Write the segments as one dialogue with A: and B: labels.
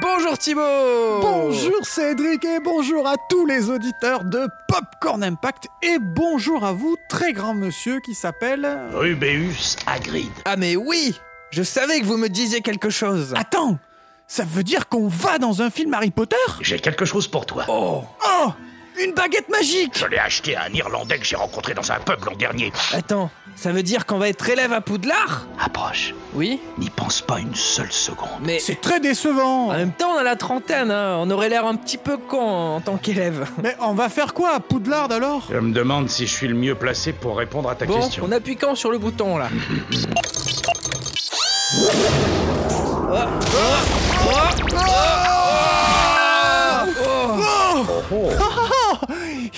A: Bonjour Thibaut
B: Bonjour Cédric et bonjour à tous les auditeurs de Popcorn Impact et bonjour à vous, très grand monsieur qui s'appelle...
C: Rubéus Hagrid.
A: Ah mais oui Je savais que vous me disiez quelque chose
B: Attends Ça veut dire qu'on va dans un film Harry Potter
C: J'ai quelque chose pour toi.
A: Oh
B: Oh Une baguette magique
C: Je l'ai acheté à un Irlandais que j'ai rencontré dans un pub l'an dernier.
A: Attends, ça veut dire qu'on va être élève à Poudlard
C: Approche.
A: Oui
C: N'y pense pas une seule seconde.
A: Mais
B: C'est très décevant
A: en même temps on a la trentaine, hein. on aurait l'air un petit peu con en tant qu'élève.
B: Mais on va faire quoi à Poudlard alors
D: Je me demande si je suis le mieux placé pour répondre à ta
A: Bon,
D: question.
A: on appuie quand sur le bouton là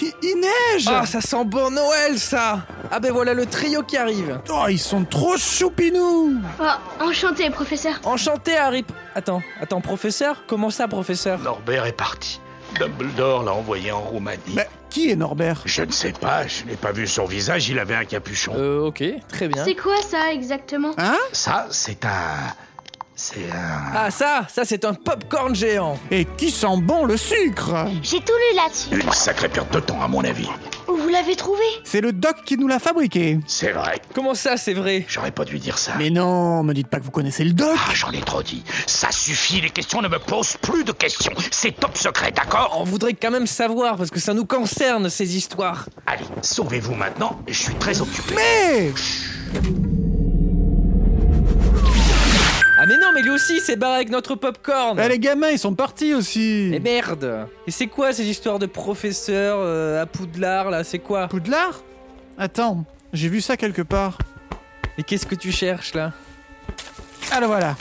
B: Il, il neige
A: Ah ça sent bon Noël ça Ah ben voilà le trio qui arrive
B: Oh, ils sont trop choupinous
E: Oh, enchanté, professeur.
A: Enchanté Harry P- Attends, attends professeur Comment ça professeur
C: Norbert est parti. Dumbledore l'a envoyé en Roumanie.
B: Mais qui est Norbert
C: Je ne sais pas, je n'ai pas vu son visage, il avait un capuchon.
A: Euh ok, très bien.
E: C'est quoi ça exactement
B: Hein
C: Ça, c'est un... C'est un...
A: Ah ça, ça c'est un popcorn géant
B: Et qui sent bon le sucre
E: J'ai tout lu là-dessus.
C: Une sacrée perte de temps, à mon avis.
E: Vous l'avez trouvé
B: C'est le doc qui nous l'a fabriqué.
C: C'est vrai,
A: Comment ça c'est vrai
C: j'aurais pas dû dire ça.
B: Mais non, me dites pas que vous connaissez le doc
C: Ah, j'en ai trop dit. Ça suffit, les questions ne me posent plus de questions. C'est top secret, d'accord
A: On voudrait quand même savoir parce que ça nous concerne ces histoires.
C: Allez, sauvez-vous maintenant, je suis très occupé.
B: Mais
A: Ah mais non, mais lui aussi il s'est barré avec notre popcorn.
B: Eh, Les gamins, ils sont partis aussi
A: Mais merde Et c'est quoi ces histoires de professeur euh, à Poudlard là C'est quoi
B: Poudlard Attends, j'ai vu ça quelque part.
A: Et qu'est-ce que tu cherches là
B: Ah le voilà.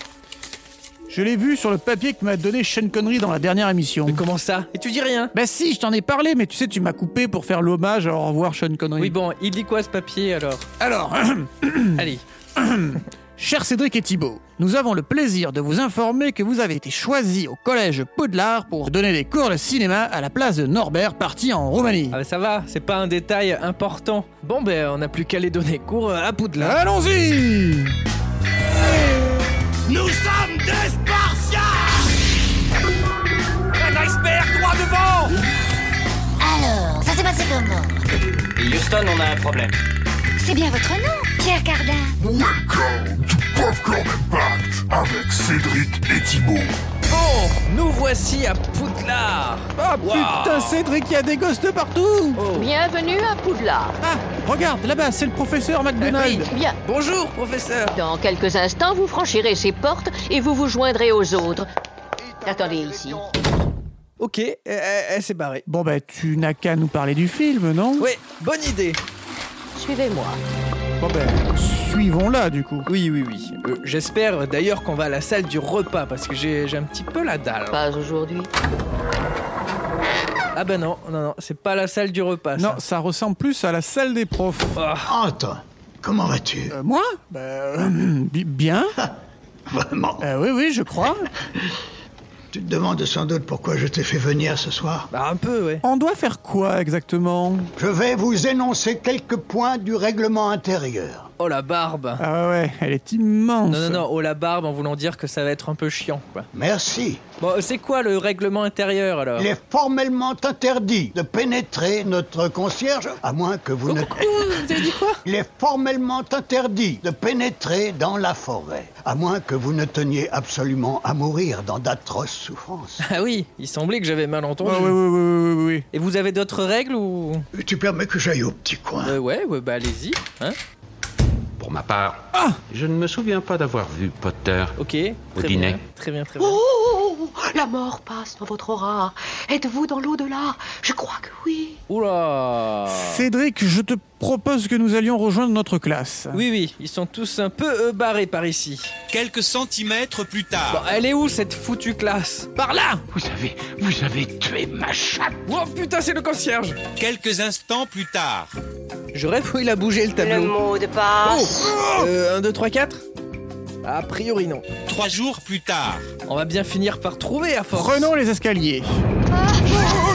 B: Je l'ai vu sur le papier que m'a donné Sean Connery dans la dernière émission.
A: Mais comment ça Et tu dis rien
B: Bah si, je t'en ai parlé, mais tu sais, tu m'as coupé pour faire l'hommage à Au revoir Sean Connery.
A: Oui Hmm. bon, il dit quoi ce papier alors
B: Alors,
A: Allez.
B: Cher Cédric et Thibault, nous avons le plaisir de vous informer que vous avez été choisi au collège Poudlard pour donner des cours de cinéma à la place de Norbert parti en Roumanie.
A: Ah bah, ça va, c'est pas un détail important. Bon ben on n'a plus qu'à les donner cours euh, à Poudlard.
B: Allons-y
C: Nous sommes des Spartiates
F: Alors, ça s'est passé comment
G: Houston, on a un problème.
F: C'est bien votre nom, Pierre Cardin.
H: Welcome to Popcorn Impact avec Cédric et Thibault.
A: Ah Bon, nous voici à Poudlard.
B: Oh putain Cédric, il y a des gosses de partout
A: Oh.
I: Bienvenue à Poudlard.
B: Ah, regarde, là-bas, c'est le professeur McDonald
A: Eh
I: Bien,
A: Bonjour professeur.
I: dans quelques instants, vous franchirez ces portes et vous vous joindrez aux autres. Attendez ici.
A: Ok, elle, Eh, elle- elle s'est barrée.
B: Bon bah, tu n'as qu'à nous parler du film, non
A: Ouais, bonne idée.
I: Suivez-moi.
B: Bon bah, suivons-la du coup.
A: Oui, oui, oui. Euh, J'espère d'ailleurs qu'on va à la salle du repas parce que j'ai j'ai un petit peu la dalle.
I: Pas aujourd'hui.
A: Ah bah non, non, non, c'est pas la salle du repas. Ah, ça.
B: Non, ça ressemble plus à la salle des profs.
C: Anton, Oh, comment vas-tu
B: Euh, moi Bah, euh, bi- bien.
A: Ah.
C: Vraiment
B: Euh, oui, oui, je crois.
C: Tu te demandes sans doute pourquoi je t'ai fait venir ce soir.
A: Bah, un peu, ouais.
B: On doit faire quoi exactement
C: Je vais vous énoncer quelques points du règlement intérieur.
A: Oh la barbe.
B: Ah ouais, ouais, elle est immense.
A: Non, non, non, oh la barbe en voulant dire que ça va être un peu chiant, quoi.
C: Merci.
A: Bon, euh, c'est quoi le règlement intérieur alors
C: Il est formellement interdit de pénétrer notre concierge, à moins que vous ne...
A: Vous avez dit quoi
C: Il est formellement interdit de pénétrer dans la forêt, à moins que vous ne teniez absolument à mourir dans d'atroces souffrances.
A: Ah oui, il semblait que j'avais mal entendu.
B: Ouais, ouais, ouais, ouais, ouais, ouais.
A: Et vous avez d'autres règles ou
C: Tu permets que j'aille au petit coin
A: Euh, Ouais, ouais, bah allez-y. Hein
J: Pour ma part, je ne me souviens pas d'avoir vu Potter.
A: Ok. Très
J: Au
A: bien.
J: dîner.
A: Très bien, très bien.
I: Oh La mort passe dans votre aura. Êtes-vous dans l'au-delà Je crois que oui.
A: Oula.
B: Cédric, je te propose que nous allions rejoindre notre classe.
A: Oui, oui, ils sont tous un peu euh, barrés par ici.
G: Quelques centimètres plus
A: Bon,
G: tard.
A: elle est où cette foutue classe Par là
C: Vous avez... vous avez tué ma chatte
A: Oh putain, c'est le concierge
G: Quelques instants plus tard.
A: Je rêve où il a bougé le tableau.
I: mot de
A: Oh
I: passe.
A: 1, 2, 3, 4 A priori, non.
G: Trois jours plus tard.
A: On va bien finir par trouver à force.
B: Prenons les escaliers.
E: Ah.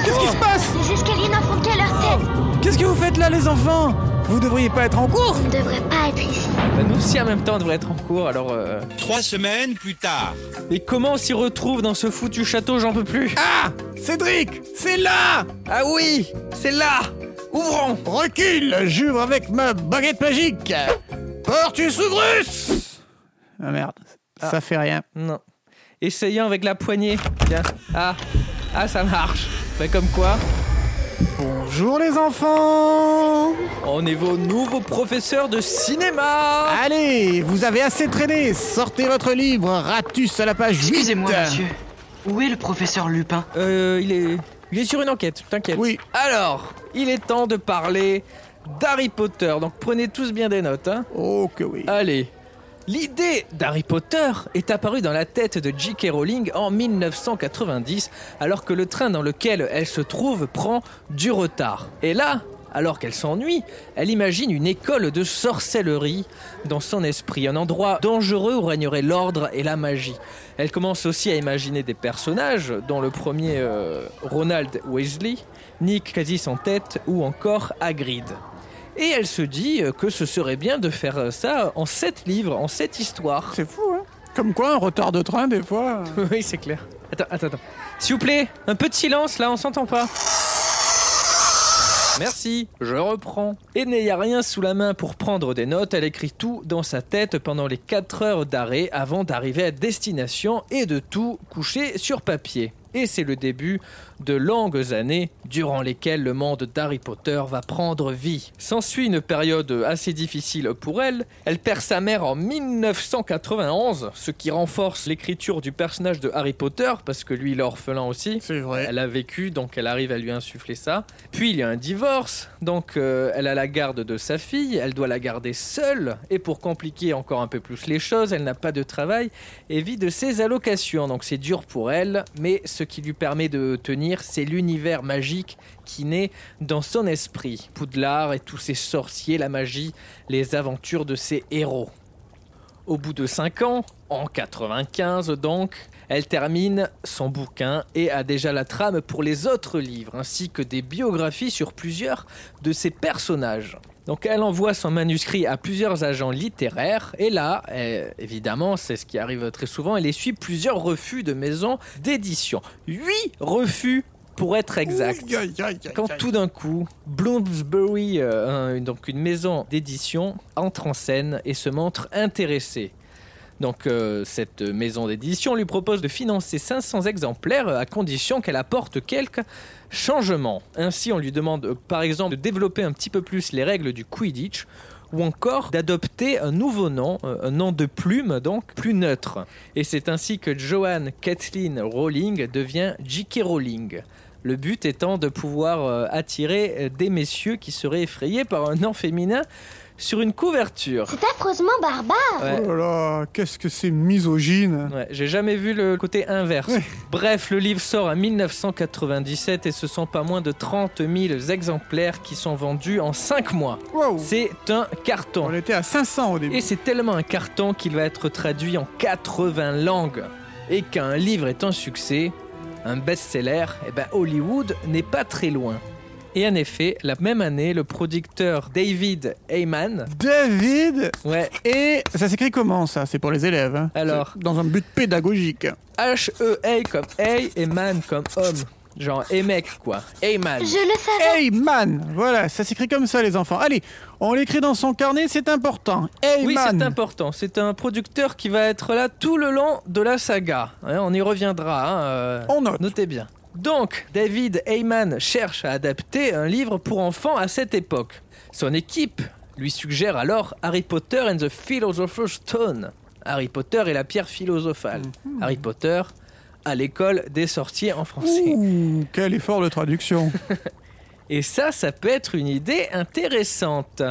B: Qu'est-ce qui se passe
F: Les escaliers n'affrontaient leur tête.
B: Qu'est-ce que vous faites là, les enfants Vous devriez pas être en cours
F: On ne devrait pas
E: pas être ici.
A: Bah, nous aussi en même temps on devrait être en cours alors. euh,
G: Trois semaines plus tard.
A: Mais comment on s'y retrouve dans ce foutu château J'en peux plus.
B: Ah Cédric C'est là
A: Ah oui C'est là Ouvrons
B: Recule J'ouvre avec ma baguette magique Portus Ugrus Ah merde, ça fait rien.
A: Non. Essayons avec la poignée. Tiens. Ah Ah ça marche Bah comme quoi,
B: Bonjour les enfants
A: on est vos nouveaux professeurs de cinéma
B: Allez, vous avez assez traîné Sortez votre livre, Ratus à la page 8
K: Excusez-moi, monsieur. Où est le professeur Lupin
A: Euh, il est. Il est sur une enquête, t'inquiète.
B: Oui.
A: Alors, il est temps de parler d'Harry Potter, donc prenez tous bien des notes, hein.
B: Oh que oui
A: Allez. L'idée d'Harry Potter est apparue dans la tête de J.K. Rowling en 1990, alors que le train dans lequel elle se trouve prend du retard. Et là, alors qu'elle s'ennuie, elle imagine une école de sorcellerie dans son esprit, un endroit dangereux où régnerait l'ordre et la magie. Elle commence aussi à imaginer des personnages, dont le premier euh, Ronald Weasley, Nick Casis en tête ou encore Hagrid. Et elle se dit euh, que ce serait bien de faire euh, ça en sept livres, en sept histoires.
B: C'est fou, hein Comme quoi, un retard de train, des fois...
A: Oui, c'est clair. Attends, attends, attends. S'il vous plaît, un peu de silence, là, on s'entend pas. Merci, je reprends. Et n'ayant rien sous la main pour prendre des notes, elle écrit tout dans sa tête pendant les 4 heures d'arrêt avant d'arriver à destination et de tout coucher sur papier. Et c'est le début de longues années durant lesquelles le monde d'Harry Potter va prendre vie. S'ensuit une période assez difficile pour elle. Elle perd sa mère en 1991, ce qui renforce l'écriture du personnage de Harry Potter, parce que lui, il est orphelin aussi.
B: C'est vrai.
A: Elle a vécu, donc elle arrive à lui insuffler ça. Puis il y a un divorce, donc euh, elle a la garde de sa fille, elle doit la garder seule, et pour compliquer encore un peu plus les choses, elle n'a pas de travail et vit de ses allocations, donc c'est dur pour elle, mais ce qui lui permet de tenir, c'est l'univers magique qui naît dans son esprit. Poudlard et tous ses sorciers, la magie, les aventures de ses héros. Au bout de 5 ans, en 95 donc, elle termine son bouquin et a déjà la trame pour les autres livres, ainsi que des biographies sur plusieurs de ses personnages. Donc elle envoie son manuscrit à plusieurs agents littéraires et là, eh, évidemment, c'est ce qui arrive très souvent, elle essuie plusieurs refus de maisons d'édition. 8 refus pour être exact.
B: Aïe, aïe, aïe, aïe,
A: Quand
B: aïe.
A: tout d'un coup, Bloomsbury, euh, un- une- donc une maison d'édition, entre en scène et se montre intéressée. Donc euh, cette maison d'édition lui propose de financer 500 exemplaires euh, à condition qu'elle apporte quelques changements. Ainsi, on lui demande euh, par exemple de développer un petit peu plus les règles du Quidditch ou encore d'adopter un nouveau nom, euh, un nom de plume donc plus neutre. Et c'est ainsi que Joanne Kathleen Rowling devient J.K. Rowling. Le but étant de pouvoir euh, attirer euh, des messieurs qui seraient effrayés par un nom féminin sur une couverture.
E: C'est affreusement barbare.
A: Ouais.
B: Oh là là, qu'est-ce que c'est misogyne
A: Ouais, j'ai jamais vu le côté inverse.
B: Ouais.
A: Bref, le livre sort en 1997 et ce sont pas moins de 30 000 exemplaires qui sont vendus en 5 mois.
B: Wow.
A: C'est un carton.
B: On était à 500 au début.
A: Et c'est tellement un carton qu'il va être traduit en 80 langues. Et qu'un livre est un succès, un best-seller, eh ben Hollywood n'est pas très loin. Et en effet, la même année, le producteur David Heyman,
B: David
A: ouais,
B: Et ça s'écrit comment ça C'est pour les élèves. hein
A: Alors.
B: C'est Dans un but pédagogique.
A: H-E-A E comme hey et man comme homme. Genre, hey mec, quoi. Hey man.
E: Je le savais.
B: Hey man Voilà, ça s'écrit comme ça les enfants. Allez, on l'écrit dans son carnet, c'est important. Hey
A: Oui,
B: man
A: c'est important. C'est un producteur qui va être là tout le long de la saga. Hein, on y reviendra. hein, euh,
B: On note.
A: Notez bien. Donc, David Heyman cherche à adapter un livre pour enfants à cette époque. Son équipe lui suggère alors Harry Potter and the Philosopher's Stone. Harry Potter et la pierre philosophale.
B: Mhm.
A: Harry Potter à l'école des sorciers en français.
B: Ouh, quel effort de traduction.
A: Et ça, ça peut être une idée intéressante.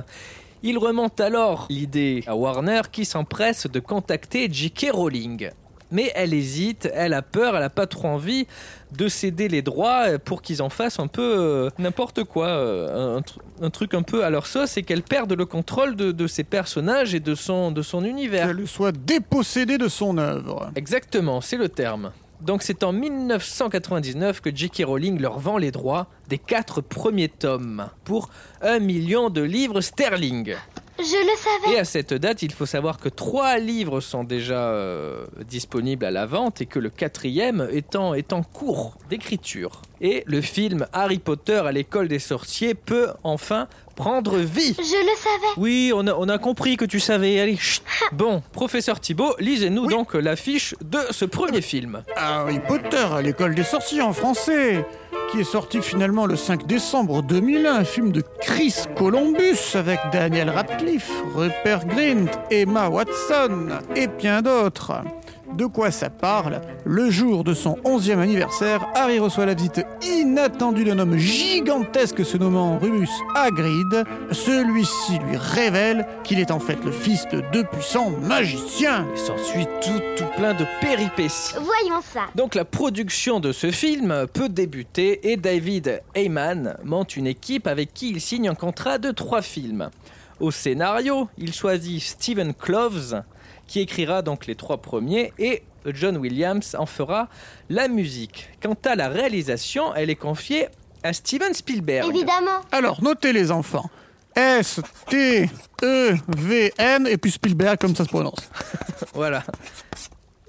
A: Il remonte alors l'idée à Warner qui s'empresse de contacter J.K. Rowling. Mais elle hésite, elle a peur, elle n'a pas trop envie de céder les droits euh, pour qu'ils en fassent un peu euh, n'importe quoi, euh, un, tru- un truc un peu à leur sauce et qu'elle perde le contrôle de, de ses personnages et de son, de son univers.
B: Qu'elle soit dépossédée de son œuvre.
A: Exactement, c'est le terme. Donc c'est en 1999 que J.K. Rowling leur vend les droits des quatre premiers tomes pour un million de livres sterling.
E: Je le savais.
A: Et à cette date, il faut savoir que trois livres sont déjà euh, disponibles à la vente et que le quatrième est en, est en cours d'écriture. Et le film Harry Potter à l'école des sorciers peut enfin prendre vie.
E: Je le savais.
A: Oui, on a, on a compris que tu savais. Allez, chut. Bon, professeur Thibault, lisez-nous donc l'affiche de ce premier film.
B: Harry Potter à l'école des sorciers en français, qui est sorti finalement le 5 décembre 2001, un film de Chris Columbus avec Daniel Radcliffe, Rupert Grint, Emma Watson et bien d'autres. De quoi ça parle Le jour de son 11e anniversaire, Harry reçoit la visite inattendue d'un homme gigantesque se nommant Rumus Hagrid. Celui-ci lui révèle qu'il est en fait le fils de deux puissants magiciens.
A: Il s'ensuit tout, tout plein de péripéties.
E: Voyons ça.
A: Donc la production de ce film peut débuter et David Heyman monte une équipe avec qui il signe un contrat de trois films. Au scénario, il choisit Stephen Cloves qui écrira donc les trois premiers et John Williams en fera la musique. Quant à la réalisation, elle est confiée à Steven Spielberg.
E: Évidemment.
B: Alors, notez les enfants. S, T, E, V, N, et puis Spielberg, comme ça se prononce.
A: Voilà.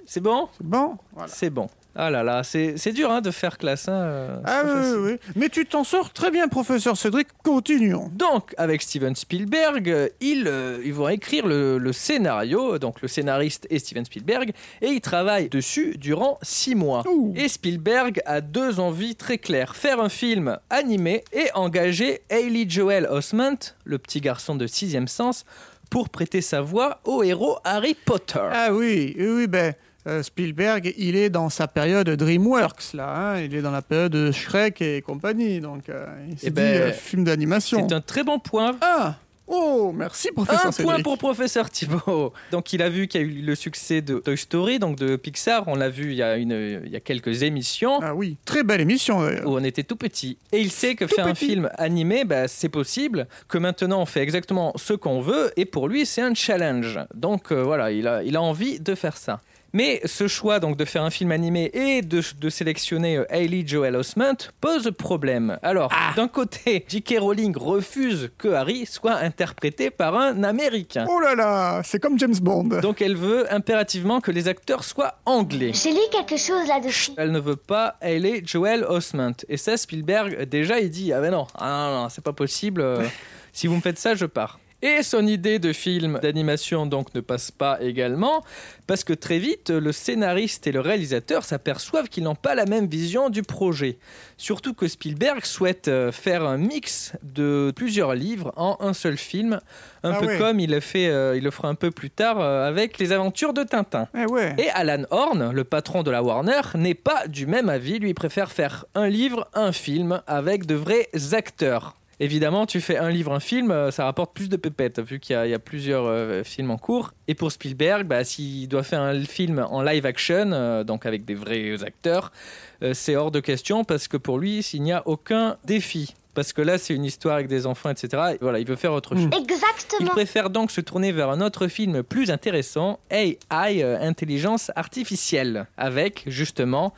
A: C'est bon
B: C'est bon Voilà.
A: C'est bon. Ah là là, c'est c'est dur hein, de faire classe. hein, euh,
B: Ah
A: c'est pas
B: oui,
A: facile.
B: oui, oui. Mais tu t'en sors très bien, professeur Cédric. Continuons.
A: Donc, avec Steven Spielberg, euh, ils, euh, ils vont écrire le, le scénario, donc le scénariste et Steven Spielberg, et ils travaillent dessus durant six mois.
B: Ouh.
A: Et Spielberg a deux envies très claires faire un film animé et engager Haley Joel Osment, le petit garçon de Sixième Sens, pour prêter sa voix au héros Harry Potter.
B: Ah oui, oui, oui, ben. euh, Spielberg, il est dans sa période DreamWorks, là. hein. Il est dans la période de Shrek et compagnie. Donc, euh, il s'est
A: Eh ben,
B: dit, euh, film d'animation.
A: C'est un très bon point.
B: Ah Oh, merci, professeur
A: Un
B: Cédric.
A: point pour professeur Thibault. Donc il a vu qu'il y a eu le succès de Toy Story, donc de Pixar. On l'a vu il y a, une, il y a quelques émissions
B: Ah oui, très belle émission, d'ailleurs.
A: où on était tout petit. Et il sait que faire un
B: petit.
A: film animé, bah, c'est possible, que maintenant on fait exactement ce qu'on veut, et pour lui c'est un challenge. Donc euh, voilà, il a, il a envie de faire ça. Mais ce choix donc de faire un film animé et de, de sélectionner euh, Hailey Joel Osment pose problème. Alors, d'un côté, J.K. Rowling refuse que Harry soit interprété par un Américain.
B: Oh là là, c'est comme James Bond.
A: Donc elle veut impérativement que les acteurs soient anglais.
E: J'ai lu quelque chose là-dessus.
A: Elle ne veut pas est Joel Osment. Et ça, Spielberg, déjà, il dit Ah ben non, ah non, non, c'est pas possible. euh, si vous me faites ça, je pars. Et son idée de film d'animation donc ne passe pas également, parce que très vite, le scénariste et le réalisateur s'aperçoivent qu'ils n'ont pas la même vision du projet. Surtout que Spielberg souhaite euh, faire un mix de plusieurs livres en un seul film, un
B: Ah
A: peu
B: ouais.
A: comme il le, fait, euh, il le fera un peu plus tard euh, avec Les Aventures de Tintin.
B: Eh ouais.
A: Et Alan Horn, le patron de la Warner, n'est pas du même avis. Lui il préfère faire un livre, un film avec de vrais acteurs. Évidemment, tu fais un livre, un film, euh, ça rapporte plus de pépettes, vu qu'il y a, il y a plusieurs euh, films en cours. Et pour Spielberg, bah, s'il doit faire un film en live action, euh, donc avec des vrais acteurs, euh, c'est hors de question, parce que pour lui, il n'y a aucun défi. Parce que là, c'est une histoire avec des enfants, etc. Et voilà, il veut faire autre chose. Il
E: Exactement.
A: préfère donc se tourner vers un autre film plus intéressant, AI, euh, Intelligence Artificielle, avec justement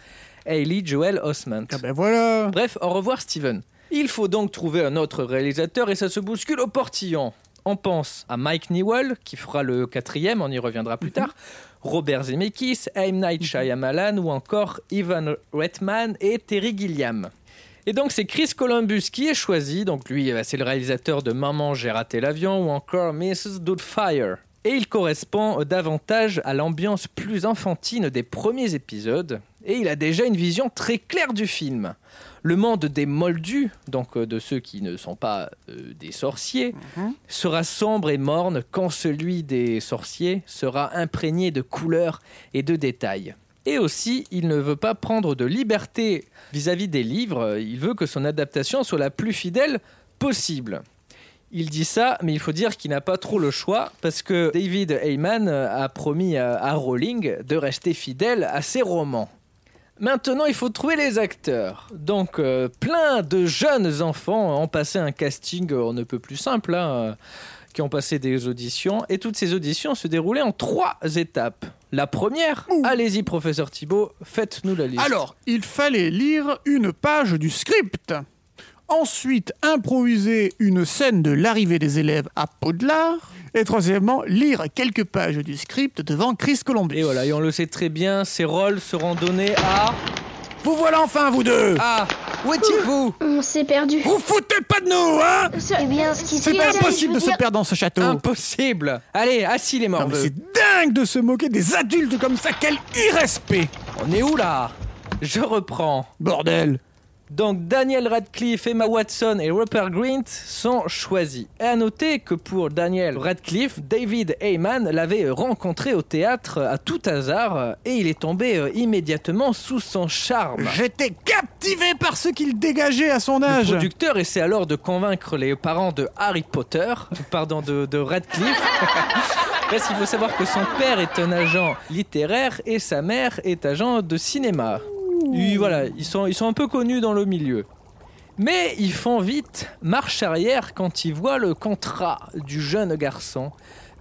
A: Hailey Joel Osment.
B: Ah ben voilà.
A: Bref, au revoir Steven. Il faut donc trouver un autre réalisateur et ça se bouscule au portillon. On pense à Mike Newell, qui fera le quatrième, on y reviendra plus tard, Robert Zemeckis, M. Night Shyamalan ou encore Ivan Reitman et Terry Gilliam. Et donc c'est Chris Columbus qui est choisi, donc lui euh, c'est le réalisateur de Maman j'ai raté l'avion ou encore Mrs. Doubtfire. Et il correspond davantage à l'ambiance plus enfantine des premiers épisodes, et il a déjà une vision très claire du film. Le monde des moldus, donc euh, de ceux qui ne sont pas euh, des sorciers, sera sombre et morne quand celui des sorciers sera imprégné de couleurs et de détails. Et aussi, il ne veut pas prendre de liberté vis-à-vis des livres, il veut que son adaptation soit la plus fidèle possible. Il dit ça, mais il faut dire qu'il n'a pas trop le choix parce que David Heyman a promis à à Rowling de rester fidèle à ses romans. Maintenant, il faut trouver les acteurs. Donc, euh, plein de jeunes enfants ont passé un casting, euh, on ne peut plus simple, hein, euh, qui ont passé des auditions. Et toutes ces auditions se déroulaient en trois étapes. La première, allez-y, professeur Thibault, faites-nous la liste.
B: Alors, il fallait lire une page du script. Ensuite, improviser une scène de l'arrivée des élèves à Poudlard. Et troisièmement, lire quelques pages du script devant Chris Columbus.
A: Et voilà, et on le sait très bien, ces rôles seront donnés à...
B: Vous voilà enfin, vous deux
A: Ah Où étiez-vous
E: On s'est perdu.
B: Vous foutez pas de nous, hein
E: Eh bien, ce qui se
B: C'est
E: passe, je
B: impossible
E: veux
B: de se
E: dire-
B: perdre dans ce château.
A: Impossible Allez, assis les
B: Non, mais
A: morveux
B: c'est dingue de se moquer des adultes comme ça, quel irrespect
A: On est où là Je reprends.
B: Bordel
A: Donc Daniel Radcliffe, Emma Watson et Rupert Grint sont choisis. Et à noter que pour Daniel Radcliffe, David Heyman l'avait rencontré au théâtre euh, à tout hasard euh, et il est tombé euh, immédiatement sous son charme.
B: J'étais captivé par ce qu'il dégageait à son
A: Bah. Le
B: âge
A: producteur essaie alors de convaincre les parents de Harry Potter, pardon, de, de Radcliffe. Parce qu'il faut savoir que son père est un agent littéraire et sa mère est agent de cinéma. Et voilà, ils sont, ils sont un peu connus dans le milieu. Mais ils font vite marche arrière quand ils voient le contrat du jeune garçon.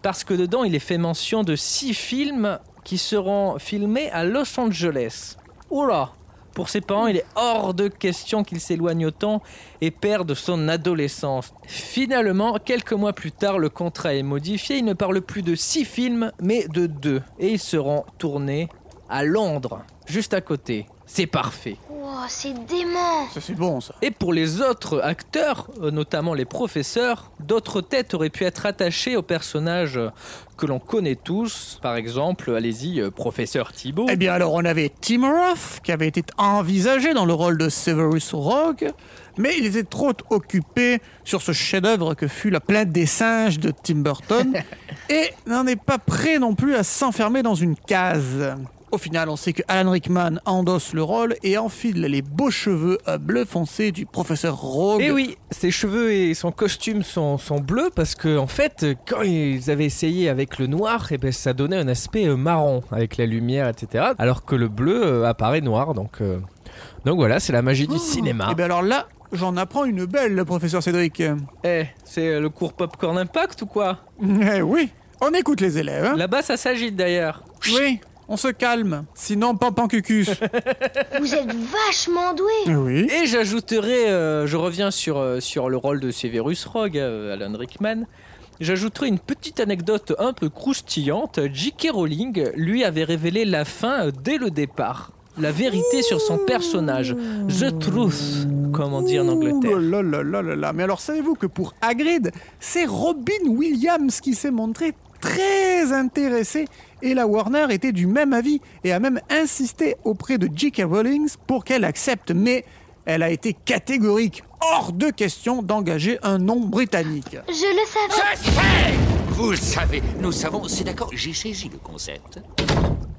A: Parce que dedans, il est fait mention de six films qui seront filmés à Los Angeles. Oh là Pour ses parents, il est hors de question qu'il s'éloigne autant et perde son adolescence. Finalement, quelques mois plus tard, le contrat est modifié. Il ne parle plus de six films, mais de deux. Et ils seront tournés à Londres, juste à côté. C'est parfait.
E: Wow, Oh, c'est dément.
B: Ça c'est bon ça.
A: Et pour les autres acteurs, euh, notamment les professeurs, d'autres têtes auraient pu être attachées aux personnages euh, que l'on connaît tous. Par exemple, allez-y, euh, professeur Thibault.
B: Eh bien alors on avait Tim Roth qui avait été envisagé dans le rôle de Severus Rogue, mais il était trop occupé sur ce chef-d'œuvre que fut la plainte des singes de Tim Burton et n'en est pas prêt non plus à s'enfermer dans une case. Au final, on sait que Alan Rickman endosse le rôle et enfile les beaux cheveux à bleu foncé du professeur Rogue.
A: Et Eh oui, ses cheveux et son costume sont, sont bleus parce que en fait, euh, quand ils avaient essayé avec le noir, et ben, ça donnait un aspect euh, marron avec la lumière, etc. Alors que le bleu euh, apparaît noir, donc euh, donc voilà, c'est la magie du cinéma.
B: Et Eh bien alors là, j'en apprends une belle, le professeur Cédric.
A: Eh, c'est euh, le cours Popcorn Impact ou quoi
B: Eh oui, on écoute les élèves. hein.
A: Là-bas, ça s'agite d'ailleurs.
B: Oui, on se calme. Sinon, pampan cucus.
E: Vous êtes vachement doué.
B: oui.
A: Et j'ajouterai, euh, je reviens sur, euh, sur le rôle de Severus Rogue, euh, Alan Rickman. J'ajouterai une petite anecdote un peu croustillante. J.K. Rowling lui avait révélé la fin euh, dès le départ. La vérité sur son personnage. The truth, comme on dit en Angleterre.
B: Ouh là là là là là. Mais alors, savez-vous que pour Hagrid, c'est Robin Williams qui s'est montré très intéressé et la Warner était du même avis et a même insisté auprès de J.K. Rowling pour qu'elle accepte. Mais elle a été catégorique. Hors de question d'engager un nom britannique.
E: Je le savais.
G: Vous le savez, nous savons, c'est d'accord, j'ai saisi le concept.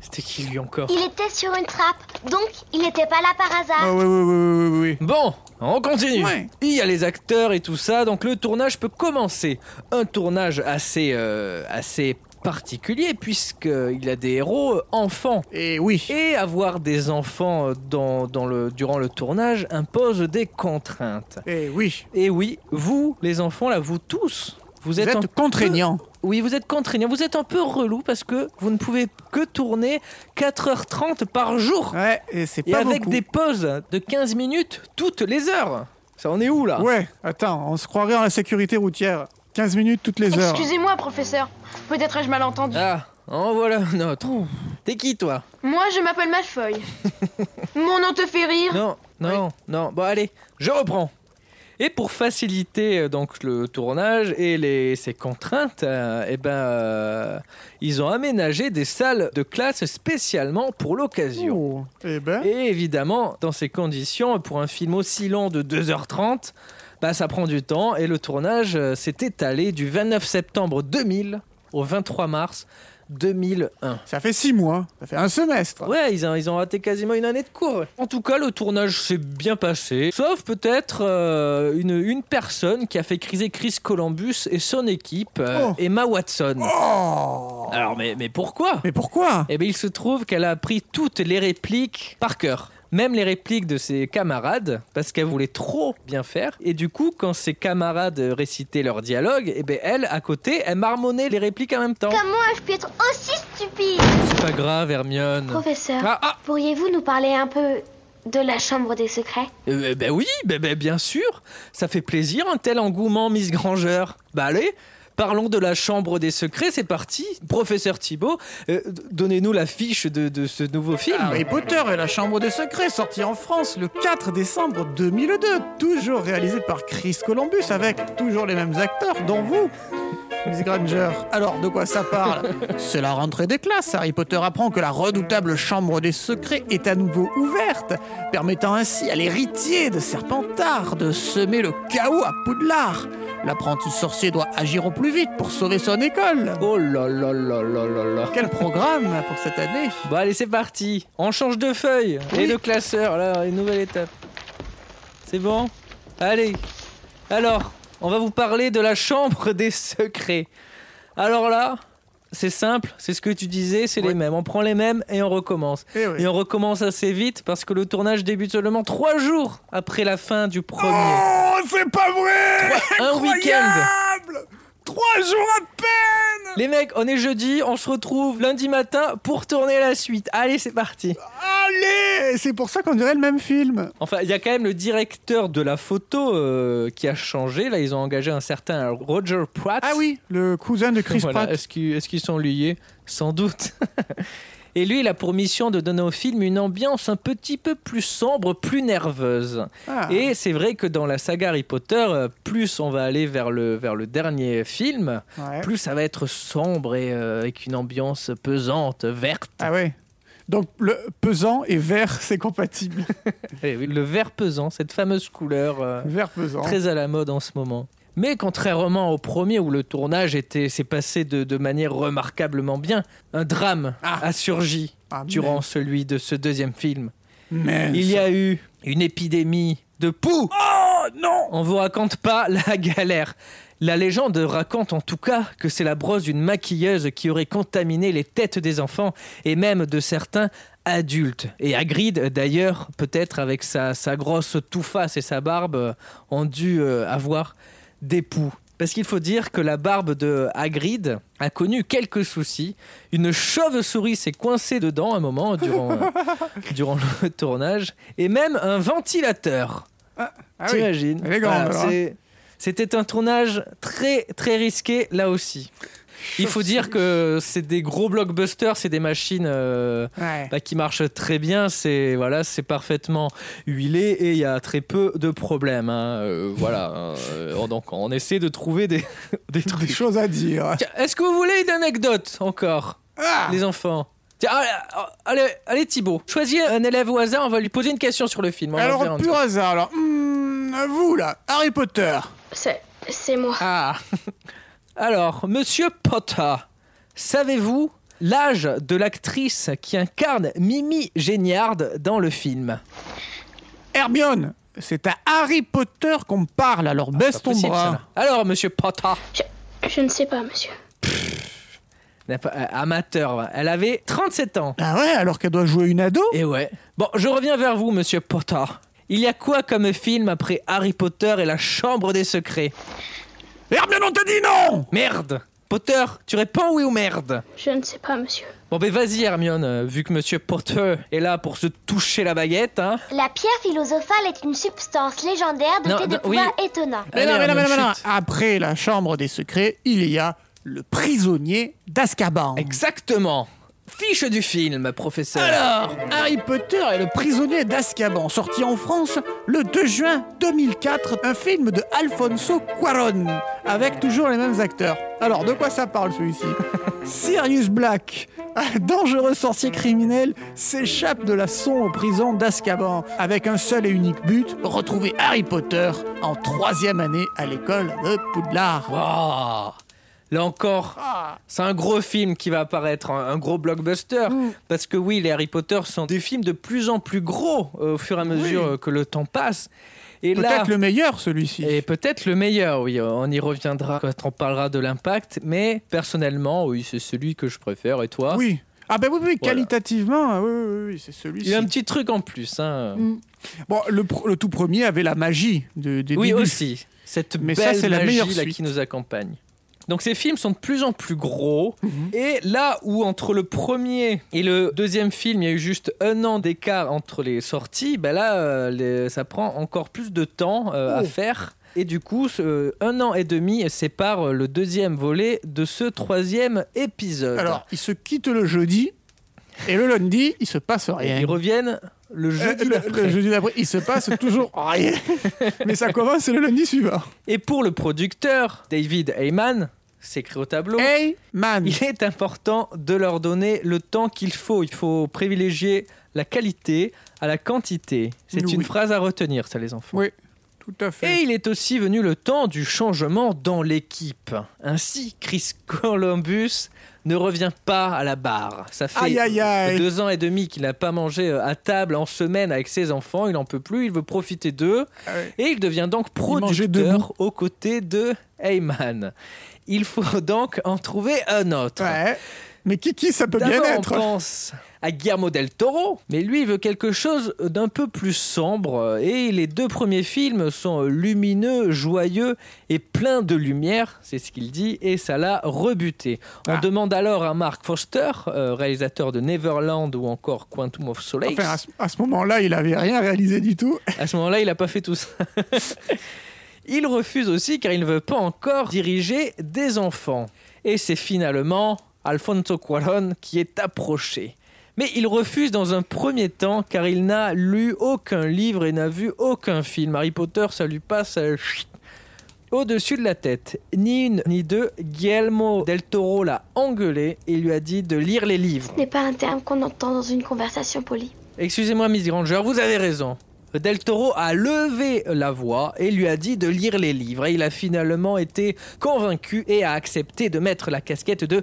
A: C'était qui lui encore
E: Il était sur une trappe, donc il n'était pas là par hasard.
B: Ah
A: Ah
B: oui, oui, oui, oui, oui.
A: Bon, on continue.
B: Ouais.
A: Il y a les acteurs et tout ça, donc le tournage peut commencer. Un tournage assez, euh, assez particulier puisqu'il a des héros euh, enfants.
B: Et oui.
A: Et avoir des enfants euh, dans, dans le, durant le tournage impose des contraintes.
B: Et oui.
A: Et oui, vous, les enfants, là, vous tous, vous
B: Vous
A: êtes,
B: êtes,
A: un peu-
B: contraignant.
A: oui, vous êtes contraignants. Vous êtes un peu relou parce que vous ne pouvez que tourner 4h30 par jour.
B: Ouais, et c'est
A: Et
B: Ah, pas
A: avec
B: beaucoup.
A: des pauses de 15 minutes toutes les heures. Ça en est où là
B: Ouais, attends, on se croirait en la sécurité routière. 15 minutes toutes les heures.
I: Excusez-moi, professeur. Peut-être ai-je mal entendu.
A: Ah, en voilà un autre. T'es qui toi
I: Moi, je m'appelle Malfoy. Mon nom te fait rire.
A: Non, non, non. Bon, allez, je reprends. Et pour faciliter euh, donc le tournage et les, ces contraintes, euh, eh ben, euh, ils ont aménagé des salles de classe spécialement pour l'occasion.
B: Oh, Eh ben,
A: Et évidemment, dans ces conditions, pour un film aussi long de 2h30, bah, ça prend du temps et le tournage euh, s'est étalé du 29 septembre 2000 au 23 mars 2001.
B: ça fait 6 mois, ça fait un semestre.
A: Ouais, ils ont, ils ont raté quasiment une année de cours. En tout cas, le tournage s'est bien passé. Sauf peut-être euh, une, une personne qui a fait criser Chris Columbus et son équipe, euh,
B: Oh.
A: Emma Watson.
B: Oh
A: Alors, mais, mais pourquoi
B: Mais pourquoi
A: Eh bien, il se trouve qu'elle a appris toutes les répliques par cœur. Même les répliques de ses camarades, parce qu'elle voulait trop bien faire. Et du coup, quand ses camarades récitaient leurs dialogues, eh ben elle, à côté, elle marmonnait les répliques en même temps.
E: Comment je peux être aussi stupide
A: C'est pas grave, Hermione.
E: Professeur,
A: Ah, ah,
E: pourriez-vous nous parler un peu De la chambre des secrets
A: Euh, ben oui, ben, ben, bien sûr. Ça fait plaisir un tel engouement, Miss Grangeur. Bah allez, parlons de la chambre des secrets, c'est parti. Professeur Thibault, euh, d- donnez-nous la fiche de, de ce nouveau film.
B: Harry Potter et la Chambre des Secrets, sorti en France le 4 décembre 2002, toujours réalisé par Chris Columbus avec toujours les mêmes acteurs, dont vous, Miss Granger. Alors, de quoi ça parle C'est la rentrée des classes. Harry Potter apprend que la redoutable Chambre des Secrets est à nouveau ouverte, permettant ainsi à l'héritier de Serpentard de semer le chaos à Poudlard. L'apprenti sorcier doit agir au plus vite pour sauver son école.
A: Oh là là là là là là.
B: Quel programme pour cette année
A: Bon allez, c'est parti. On change de feuille et de classeur. Là, une nouvelle étape. C'est bon Allez. Alors, on va vous parler de la chambre des secrets. Alors là, c'est simple, c'est ce que tu disais, c'est les mêmes. On prend les mêmes et on recommence.
B: Eh oui.
A: Et on recommence assez vite parce que le tournage débute seulement trois jours après la fin du premier.
H: Oh, c'est pas vrai
A: Un week-end
H: Incroyable Trois jours à peine
A: Les mecs, on est jeudi, on se retrouve lundi matin pour tourner la suite. Allez, c'est parti
B: Allez C'est pour ça qu'on dirait le même film.
A: Enfin, il y a quand même le directeur de la photo euh, qui a changé. Là, ils ont engagé un certain Roger Pratt.
B: Ah oui, le cousin de Chris
A: Voilà.
B: Pratt.
A: Est-ce qu'ils est-ce qu'ils sont liés Sans doute. Et lui, il a pour mission de donner au film une ambiance un petit peu plus sombre, plus nerveuse.
B: Ah.
A: Et c'est vrai que dans la saga Harry Potter, euh, plus on va aller vers le, vers le dernier film,
B: Ouais.
A: plus ça va être sombre et euh, avec une ambiance pesante, verte.
B: Ah ouais. Donc le pesant et vert, c'est compatible.
A: Eh oui, le vert pesant, cette fameuse couleur. euh,
B: Vert pesant.
A: très à la mode en ce moment. Mais contrairement au premier où le tournage était s'est passé de, de manière remarquablement bien, un drame
B: Ah.
A: a surgi
B: Ah,
A: durant celui de ce deuxième film.
B: Mais
A: Il y a eu une épidémie de poux. non On vous raconte pas la galère. La légende raconte en tout cas que c'est la brosse d'une maquilleuse qui aurait contaminé les têtes des enfants et même de certains adultes. Et Hagrid, d'ailleurs, peut-être avec sa, sa grosse toufface et sa barbe, euh, ont dû euh, avoir des poux. Parce qu'il faut dire que la barbe de Hagrid a connu quelques soucis. Une chauve-souris s'est coincée dedans un moment durant, euh, durant le tournage. Et même un ventilateur.
B: Ah oui.
A: T'imagines
B: Elle est grande, alors, hein.
A: c'est- C'était un tournage très très risqué là aussi. Il faut dire que c'est des gros blockbusters, c'est des machines euh,
B: Ouais.
A: bah, qui marchent très bien, c'est voilà, c'est parfaitement huilé et il y a très peu de problèmes. hein, euh, voilà, hein, euh, donc on essaie de trouver des, des
B: Des
A: trucs.
B: choses à dire.
A: Tiens, Est-ce que vous voulez une anecdote encore
B: Ah
A: les enfants. Tiens, allez, allez, allez, Thibaut, choisis un élève au hasard, on va lui poser une question sur le film. on va faire un
B: alors
A: truc.
B: pur hasard. Alors hmm, à vous là, Harry Potter.
E: C'est, c'est moi.
A: Ah Alors, monsieur Potter, savez-vous l'âge de l'actrice qui incarne Mimi Géniard dans le film
B: Hermione. C'est à Harry Potter qu'on parle. Alors baisse
A: Ah, C'est
B: ton
A: possible, ça,
B: bras.
A: là. Alors, monsieur Potter,
E: Je, je ne sais pas, monsieur.
A: n'a pas- euh, amateur, va. elle avait 37 ans.
B: Ah ouais, alors qu'elle doit jouer une ado.
A: Et ouais. Bon, je reviens vers vous, monsieur Potter. Il y a quoi comme film après Harry Potter et la Chambre des Secrets
B: Hermione, on t'a dit non.
A: Merde Potter, tu réponds oui ou merde
E: Je ne sais pas, monsieur.
A: Bon ben vas-y Hermione, euh, vu que Monsieur Potter est là pour se toucher la baguette, hein.
F: La pierre philosophale est une substance légendaire
A: Non,
F: dotée de
A: non, oui.
F: pouvoirs étonnants.
B: Mais
A: Allez,
B: non, mais non, mais non,
A: Hermione,
B: mais non.
A: chut.
B: Après la chambre des secrets, il y a le prisonnier d'Azkaban.
A: Exactement. Fiche du film, professeur.
B: Alors, Harry Potter et le prisonnier d'Azkaban, sorti en France le 2 juin 2004, un film de Alfonso Cuaron, avec toujours les mêmes acteurs. Alors, de quoi ça parle celui-ci Sirius Black, un dangereux sorcier criminel, s'échappe de la sombre prison d'Azkaban, avec un seul et unique but, retrouver Harry Potter en troisième année à l'école de Poudlard.
A: Wow. Là encore,
B: Ah.
A: c'est un gros film qui va apparaître, un, un gros blockbuster. Parce que oui, les Harry Potter sont des films de plus en plus gros euh, au fur et à mesure euh, que le temps passe. Et là,
B: Peut-être le meilleur celui-ci.
A: Et peut-être le meilleur, oui, on y reviendra quand on parlera de l'impact, mais personnellement, oui, c'est celui que je préfère, et toi
B: Oui. Ah ben oui, oui,
A: Voilà.
B: qualitativement, ah oui, oui, oui, oui, c'est celui-ci.
A: Il y a un petit truc en plus, hein.
B: Bon, le, pr- le tout premier avait la magie de, des
A: Oui,
B: débuts.
A: aussi. Cette
B: Mais
A: belle
B: ça, c'est la
A: magie
B: meilleure
A: là,
B: suite.
A: qui nous accompagne. Donc ces films sont de plus en plus gros.
B: Mhm.
A: Et là où entre le premier et le deuxième film, il y a eu juste un an d'écart entre les sorties, ben là, euh, les- ça prend encore plus de temps euh, à
L: Oh.
A: faire. Et du coup, ce- euh, un an et demi sépare euh, le deuxième volet de ce troisième épisode.
B: Alors, ils se quittent le jeudi et le lundi, il se passe rien.
A: Ils reviennent le jeudi
B: Euh, le-
A: d'après.
B: le jeudi d'après, il se passe toujours rien. Mais ça commence le lundi suivant.
A: Et pour le producteur, David Heyman, c'est écrit au tableau.
B: Heyman
A: Il est important de leur donner le temps qu'il faut. Il faut privilégier la qualité à la quantité. C'est
B: Oui.
A: une phrase à retenir, ça, les enfants.
B: Oui, tout à fait.
A: Et il est aussi venu le temps du changement dans l'équipe. Ainsi, Chris Columbus ne revient pas à la barre. Ça fait
B: Aïe, aïe, aïe.
A: deux ans et demi qu'il n'a pas mangé euh, à table en semaine avec ses enfants. Il n'en peut plus, il veut profiter d'eux. Et il devient donc
B: Ah mangeait
A: producteur aux côtés de Heyman. Il faut donc en trouver un autre.
B: Mais Kiki, ça peut bien
A: D'abord,
B: être.
A: On pense à Guillermo del Toro, mais lui il veut quelque chose d'un peu plus sombre. Et les deux premiers films sont lumineux, joyeux et pleins de lumière, c'est ce qu'il dit, et ça l'a rebuté.
B: Ah.
A: On demande alors à Mark Foster, euh, réalisateur de Neverland ou encore Quantum of Solace.
B: Enfin, à ce, à ce moment-là, il avait rien réalisé du tout.
A: À ce moment-là, il n'a pas fait tout ça. il refuse aussi car il ne veut pas encore diriger des enfants. Et c'est finalement Alfonso Cuarón qui est approché. Mais il refuse dans un premier temps car il n'a lu aucun livre et n'a vu aucun film. Harry Potter, ça lui passe euh, chut, au-dessus de la tête. Ni une ni deux, Guillermo del Toro l'a engueulé et lui a dit de lire les livres.
F: Ce n'est pas un terme qu'on entend dans une conversation polie.
A: Excusez-moi, Miss Granger, vous avez raison. Del Toro a levé la voix et lui a dit de lire les livres. Et il a finalement été convaincu et a accepté de mettre la casquette de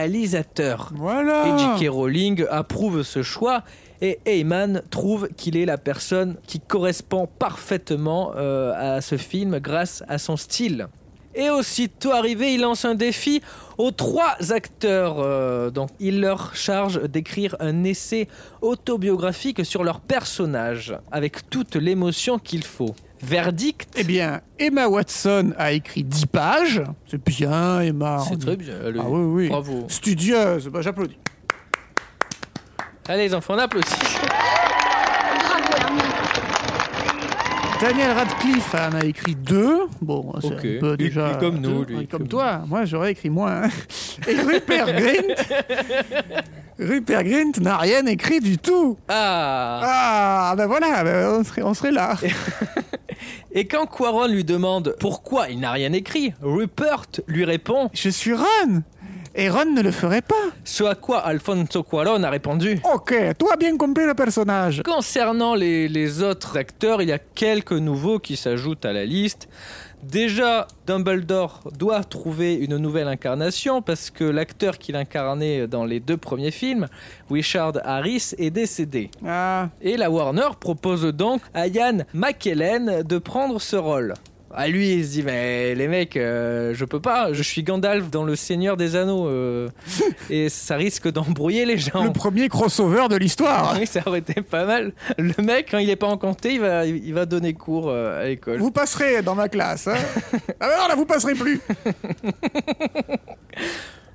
A: réalisateur.
B: Voilà.
A: Et J.K. Rowling approuve ce choix. Et Heyman trouve qu'il est la personne qui correspond parfaitement euh, à ce film grâce à son style. Et aussitôt arrivé, il lance un défi aux trois acteurs. euh, donc, il leur charge d'écrire un essai autobiographique sur leur personnage, avec toute l'émotion qu'il faut. Verdict
B: Eh bien, Emma Watson a écrit 10 pages. C'est bien, Emma.
A: C'est
B: On-
A: très bien, elle est-
B: Ah oui, oui.
A: bravo.
B: Studieuse. Bah, j'applaudis.
A: Allez, les enfants, on applaudit.
B: Daniel Radcliffe en a écrit 2. Bon, c'est
A: Ok.
B: un
A: Lui-
B: peu déjà.
A: lui comme nous,
B: deux.
A: lui,
B: comme,
A: comme
B: toi. Moi, j'aurais écrit moins. hein. Et Rupert Grint. Rupert Grint n'a rien écrit du tout.
A: Ah
B: Ah, ben voilà, ben, on, serait, on serait là.
A: Et quand Quaron lui demande pourquoi il n'a rien écrit, Rupert lui répond
B: Je suis Ron Et Ron ne le ferait pas.
A: Ce à quoi Alfonso Cuaron a répondu
B: Ok, toi as bien compris le personnage.
A: Concernant les, les autres acteurs, il y a quelques nouveaux qui s'ajoutent à la liste. Déjà, Dumbledore doit trouver une nouvelle incarnation parce que l'acteur qu'il incarnait dans les deux premiers films, Richard Harris, est décédé.
B: Ah.
A: Et la Warner propose donc à Ian McKellen de prendre ce rôle. À lui, il se dit Mais les mecs, euh, je peux pas, je suis Gandalf dans Le Seigneur des Anneaux. euh, et ça risque d'embrouiller les gens.
B: Le premier crossover de l'histoire.
A: Oui, ça aurait été pas mal. Le mec, quand il est pas en comté, il va, il va donner cours euh, à l'école.
B: Vous passerez dans ma classe. Hein ah ben non, là, vous passerez plus.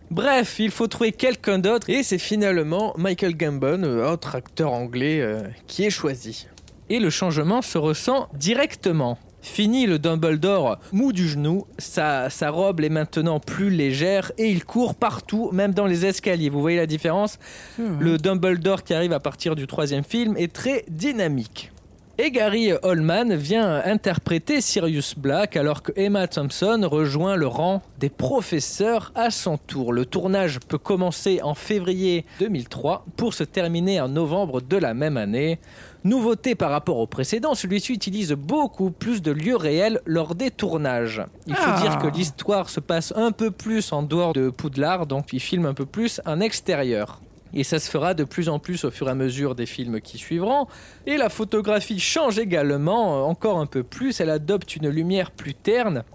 A: Bref, il faut trouver quelqu'un d'autre et c'est finalement Michael Gambon, euh, autre acteur anglais, euh, qui est choisi. Et le changement se ressent directement. Fini le Dumbledore mou du genou, sa, sa robe est maintenant plus légère et il court partout, même dans les escaliers. Vous voyez la différence Le Dumbledore qui arrive à partir du troisième film est très dynamique. Et Gary Oldman vient interpréter Sirius Black alors que Emma Thompson rejoint le rang des professeurs à son tour. Le tournage peut commencer en février 2003 pour se terminer en novembre de la même année. Nouveauté par rapport au précédent, celui-ci utilise beaucoup plus de lieux réels lors des tournages. Il faut
B: Ah.
A: dire que l'histoire se passe un peu plus en dehors de Poudlard, donc il filme un peu plus en extérieur. Et ça se fera de plus en plus au fur et à mesure des films qui suivront. Et la photographie change également, euh, encore un peu plus. Elle adopte une lumière plus terne,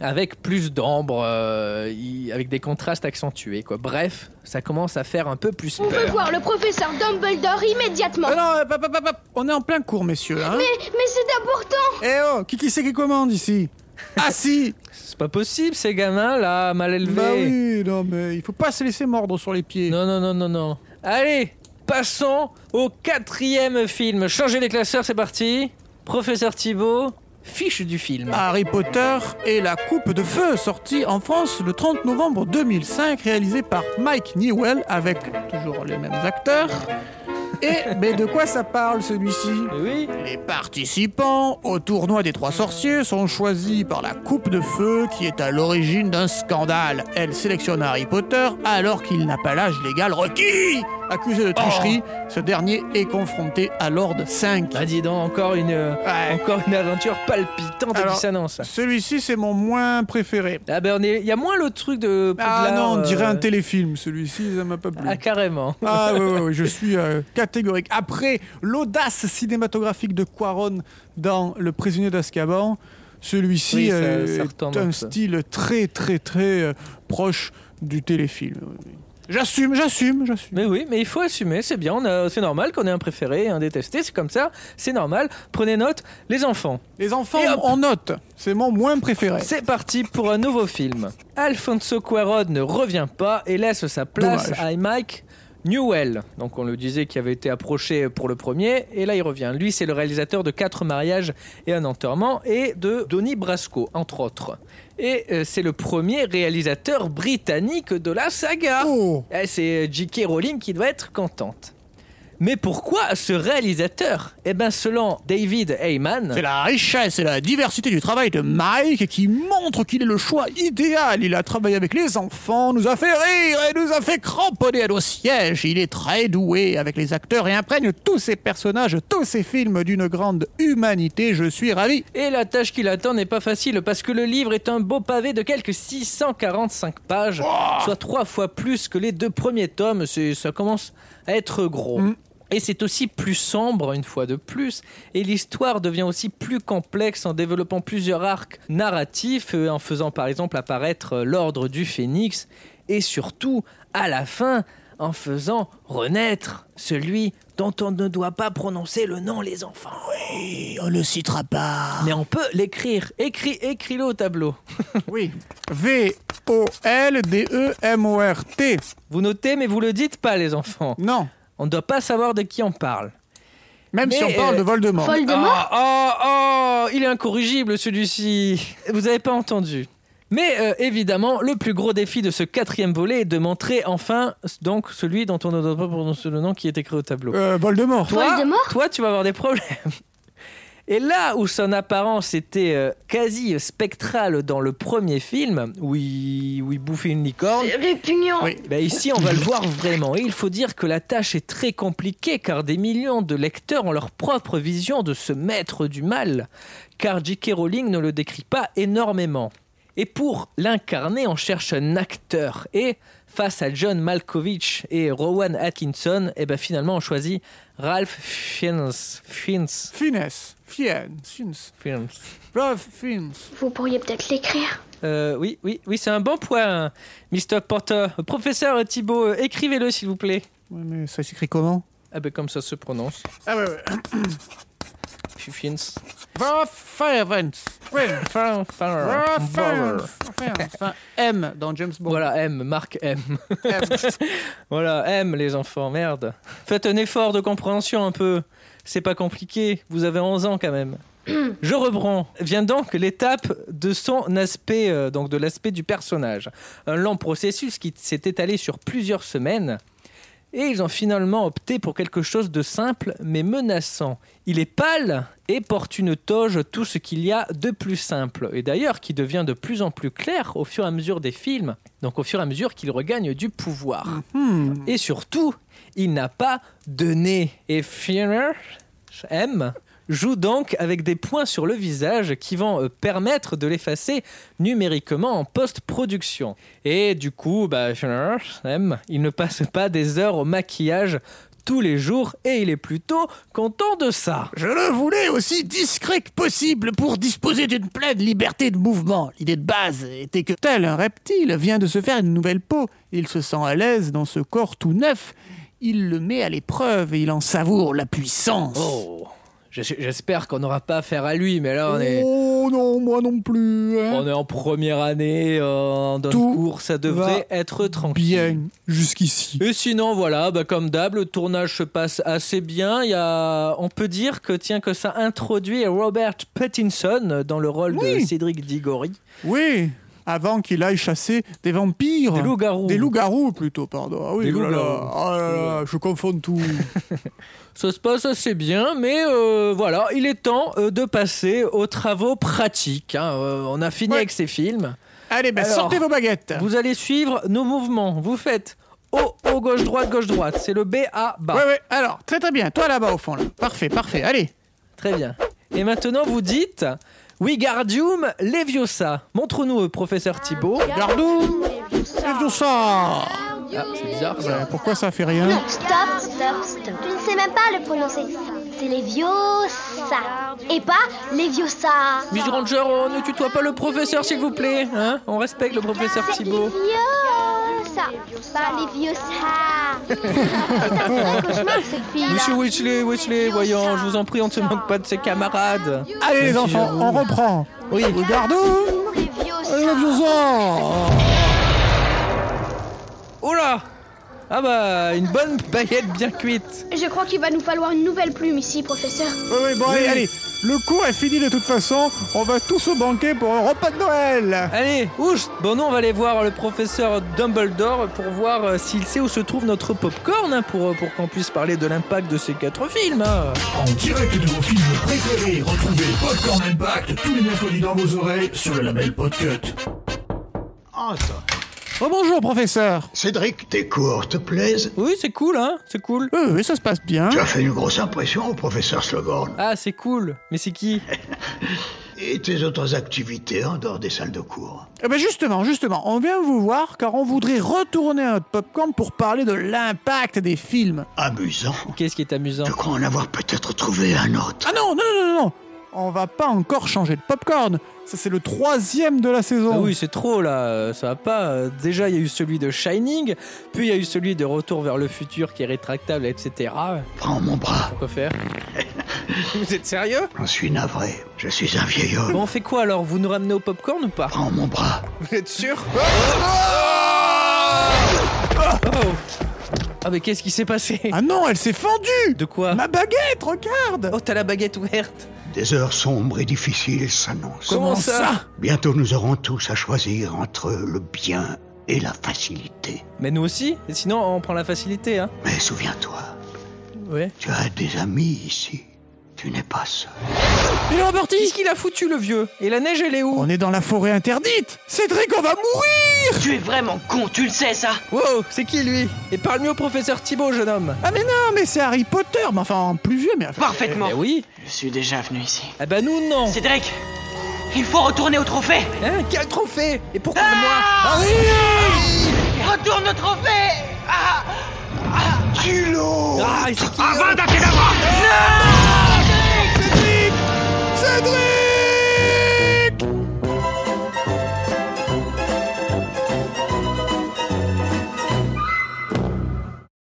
A: avec plus d'ambre, euh, y- avec des contrastes accentués. Quoi. Bref, ça commence à faire un peu plus
F: On veut
A: peur.
F: voir le professeur Dumbledore immédiatement.
B: Ah non, euh, pop, pop, pop, pop. on est en plein cours, messieurs. Hein
F: Mais, mais c'est important
B: Eh oh, qui, qui c'est qui commande ici Ah si
A: C'est pas possible, ces gamins là, mal élevés.
B: Bah oui, non mais il faut pas se laisser mordre sur les pieds.
A: Non, non, non, non, non. Allez, passons au quatrième film. Changez les classeurs, c'est parti. Professeur Thibault, fiche du film.
B: Harry Potter et la coupe de feu, sorti en France le 30 novembre 2005, réalisé par Mike Newell avec toujours les mêmes acteurs. Et mais de quoi ça parle celui-ci
A: Eh Oui.
B: Les participants au tournoi des trois sorciers sont choisis par la coupe de feu qui est à l'origine d'un scandale. Elle sélectionne Harry Potter alors qu'il n'a pas l'âge légal requis. Accusé de tricherie, ce dernier est confronté à Lord 5.
A: Bah dis donc, encore une, euh, encore une aventure palpitante
B: Alors,
A: qui s'annonce.
B: Celui-ci, c'est mon moins préféré.
A: Ah ben on est- il y a moins le truc de...
B: Ah
A: Poudlard,
B: non, on dirait un
A: euh,
B: téléfilm, celui-ci, ça m'a pas plu.
A: Ah carrément.
B: Ah oui, oui, oui, je suis euh, catégorique. Après l'audace cinématographique de Quaron dans Le prisonnier d'Azkaban, celui-ci
A: Oui, ça-
B: euh,
A: ça
B: est
A: retombe
B: un
A: un peu.
B: style très très très euh, proche du téléfilm. J'assume, j'assume, j'assume.
A: Mais oui, mais il faut assumer, c'est bien, on a- c'est normal qu'on ait un préféré et un détesté, c'est comme ça, c'est normal. Prenez note, les enfants.
B: Les enfants,
A: Et hop.
B: on note. C'est mon moins préféré.
A: C'est parti pour un nouveau film. Alfonso Cuarón ne revient pas et laisse sa place
B: Dommage.
A: à Mike Newell. Donc on le disait qui avait été approché pour le premier et là il revient. Lui c'est le réalisateur de Quatre mariages et un enterrement et de Donnie Brasco entre autres. Et euh, c'est le premier réalisateur britannique de la saga.
B: Oh.
A: Eh, c'est J.K. Rowling qui doit être contente. Mais pourquoi ce réalisateur Eh bien selon David Heyman,
B: C'est la richesse et la diversité du travail de Mike qui montre qu'il est le choix idéal. Il a travaillé avec les enfants, nous a fait rire et nous a fait cramponner à nos sièges. Il est très doué avec les acteurs et imprègne tous ses personnages, tous ses films d'une grande humanité. Je suis ravi.
A: Et la tâche qui l'attend n'est pas facile parce que le livre est un beau pavé de quelques 645 pages, soit trois fois plus que les deux premiers tomes. C'est- Ça commence à être gros. Et c'est aussi plus sombre une fois de plus, et l'histoire devient aussi plus complexe en développant plusieurs arcs narratifs, euh, en faisant par exemple apparaître euh, l'ordre du phénix, et surtout, à la fin, en faisant renaître celui dont on ne doit pas prononcer le nom les enfants.
B: on ne citera pas.
A: Mais on peut l'écrire. Écris, écris-le au tableau.
B: Oui. E V-O-L-D-E-M-O-R-T.
A: Vous notez, mais vous le dites pas, les enfants.
B: Non.
A: On ne doit pas savoir de qui on parle.
B: Même
A: Mais,
B: si on parle
A: euh,
B: de Voldemort.
A: Ah, oh, oh, il est incorrigible celui-ci. Vous avez pas entendu. Mais euh, évidemment, le plus gros défi de ce quatrième volet est de montrer enfin donc celui dont on ne doit pas prononcer le nom qui est écrit au tableau.
B: Euh, Voldemort.
A: toi,
E: Voldemort
A: toi, tu vas avoir des problèmes. Et là où son apparence était euh, quasi spectrale dans le premier film, où il, où il bouffait une licorne,
E: Répugnant.
B: Oui.
A: Ben ici, on va le voir vraiment. Et il faut dire que la tâche est très compliquée car des millions de lecteurs ont leur propre vision de ce maître du mal. Car J.K. Rowling ne le décrit pas énormément. Et pour l'incarner, on cherche un acteur. Et face à John Malkovich et Rowan Atkinson, et ben finalement, on choisit Ralph Fiennes. Fiennes.
B: Finesse. Fiennes. Fiennes.
A: Fiennes.
B: Ralph Fiennes.
F: Vous pourriez peut-être l'écrire.
A: Euh, oui, oui, oui, c'est un bon point, Mr. Porter. Professeur Thibault, euh, écrivez-le s'il vous plaît.
B: Ouais, mais ça s'écrit comment
A: Ah ben comme ça se prononce.
B: Ah ouais, ouais.
A: Fifins.
B: Fiennes. Euh, Reference. Enfin, M dans James Bond.
A: Voilà, M, Marc M.
B: M.
A: Voilà, M, les enfants, merde. Faites un effort de compréhension un peu. C'est pas compliqué, vous avez 11 ans quand même. Je reprends. Vient donc l'étape de son aspect, euh, donc de l'aspect du personnage. Un lent processus qui s'est étalé sur plusieurs semaines. Et ils ont finalement opté pour quelque chose de simple mais menaçant. Il est pâle et porte une toge, tout ce qu'il y a de plus simple. Et d'ailleurs, qui devient de plus en plus clair au fur et à mesure des films. Donc au fur et à mesure qu'il regagne du pouvoir.
B: Hmm.
A: Et surtout, il n'a pas de nez. Et Führer, M, joue donc avec des points sur le visage qui vont euh, permettre de l'effacer numériquement en post-production. Et du coup, bah, Führer, M, il ne passe pas des heures au maquillage tous les jours et il est plutôt content de ça.
B: Je le voulais aussi discret que possible pour disposer d'une pleine liberté de mouvement. L'idée de base était que tel un reptile vient de se faire une nouvelle peau. Il se sent à l'aise dans ce corps tout neuf. Il le met à l'épreuve et il en savoure la puissance.
A: Oh, j'es- j'espère qu'on n'aura pas affaire à lui, mais là on est...
B: Oh non, non, moi non plus. hein.
A: On est en première année, euh, on donne
B: Tout
A: cours, ça devrait être tranquille.
B: Bien, jusqu'ici.
A: Et sinon, voilà, bah, comme d'hab, le tournage se passe assez bien. Il y a... On peut dire que, tiens, que ça introduit Robert Pattinson dans le rôle de
B: Oui.
A: Cédric Diggory.
B: Oui, avant qu'il aille chasser des vampires.
A: Des loups-garous.
B: Des loups-garous, plutôt, pardon. Ah oui,
A: Des
B: oh là là.
A: loups-garous.
B: Ah là là, je confonds tout.
A: Ça se passe assez bien, mais euh, voilà, il est temps euh, de passer aux travaux pratiques. hein. Euh, on a fini
B: Ouais.
A: avec ces films.
B: Allez, ben,
A: Alors,
B: sortez vos baguettes.
A: Vous allez suivre nos mouvements. Vous faites haut, haut, gauche, droite, gauche, droite. C'est le B à bas.
B: Ouais, ouais, alors, très très bien. Toi là-bas au fond, là. Parfait, parfait. Allez.
A: Très bien. Et maintenant, vous dites Wigardium Leviosa. Montre-nous, euh, professeur Thibault.
B: Gardou Et tout ça
A: Ah, c'est bizarre
B: Ben,
A: ça.
B: Pourquoi ça fait rien
E: Stop, stop, stop. Tu ne sais même pas le prononcer. C'est les Leviosa. Et pas les Leviosa.
A: Miss Granger, on ne tutoie pas le professeur, s'il vous plaît. Hein on respecte le professeur
E: C'est
A: Thibault.
E: Leviosa. Pas les Leviosa. C'est un cauchemar, cette fille.
A: Monsieur Weasley, Weasley, voyons, je vous en prie, on ne se manque pas de ses camarades.
B: Allez les
A: Monsieur
B: enfants, on reprend.
A: Oui.
B: Gardou Allez, lève-toi-en.
A: Oh là Ah bah, une bonne paillette bien cuite.
F: Je crois qu'il va nous falloir une nouvelle plume ici, professeur.
B: Oui, oui, bon, allez, allez. Le cours est fini de toute façon. On va tous au banquet pour un repas de Noël.
A: Allez, ouch Bon, nous, on va aller voir le professeur Dumbledore pour voir euh, s'il sait où se trouve notre popcorn, hein, pour, euh, pour qu'on puisse parler de l'impact de ces quatre films. hein.
H: En direct de vos films préférés, retrouvez Popcorn Impact tous les mercredis dans vos oreilles sur le label Podcut.
C: Entre.
B: Oh, bonjour, professeur.
C: Cédric, tes cours te plaisent
A: Oui, c'est cool, hein C'est cool.
B: Oui, oui, ça se passe bien.
C: Tu as fait une grosse impression au professeur Slogorn.
A: Ah, c'est cool. Mais c'est qui
C: Et tes autres activités en dehors des salles de cours
B: Eh ben justement, justement, on vient vous voir car on voudrait retourner à notre popcorn pour parler de l'impact des films.
C: Amusant.
A: Qu'est-ce qui est amusant
C: Je crois en avoir peut-être trouvé un autre.
B: Ah non, non, non, non, non On va pas encore changer de popcorn. Ça, c'est le troisième de la saison.
A: Ah oui, c'est trop là, euh, ça va pas. Euh, Déjà, il y a eu celui de Shining, puis il y a eu celui de Retour vers le futur qui est rétractable, etc.
C: Prends mon bras.
A: Quoi faire Vous êtes sérieux
C: J'en suis navré. Je suis un vieil homme.
A: Bon, on fait quoi alors Vous nous ramenez au popcorn ou pas
C: Prends mon bras.
A: Vous êtes sûr Ah, mais qu'est-ce qui s'est passé
B: Ah non, elle s'est fendue
A: De quoi
B: Ma baguette, regarde
A: Oh, t'as la baguette ouverte
C: Des heures sombres et difficiles s'annoncent.
A: Comment ça
C: Bientôt nous aurons tous à choisir entre le bien et la facilité.
A: Mais nous aussi Et Sinon, on prend la facilité, hein
C: Mais souviens-toi,
A: Ouais.
C: tu as des amis ici. Tu n'es pas seul.
A: Mais le Roberti Qu'est-ce qu'il a foutu, le vieux Et la neige, elle est où
B: On est dans la forêt interdite Cédric, on va mourir
K: Tu es vraiment con, tu le sais ça
A: Wow, c'est qui, lui Et parle mieux au professeur Thibault, jeune homme
B: Ah mais non, mais c'est Harry Potter Mais enfin, en plus vieux, mais... enfin-
K: Parfaitement.
A: Eh oui
K: Je suis déjà venu ici.
A: Ah bah nous, non
K: Cédric, il faut retourner au trophée.
A: Hein Quel trophée Et pourquoi
K: Ah
A: moi
K: Retourne au trophée. Ah
C: Kilo
A: Ah, et c'est qui, euh Ah,
D: Avant d'attaquer la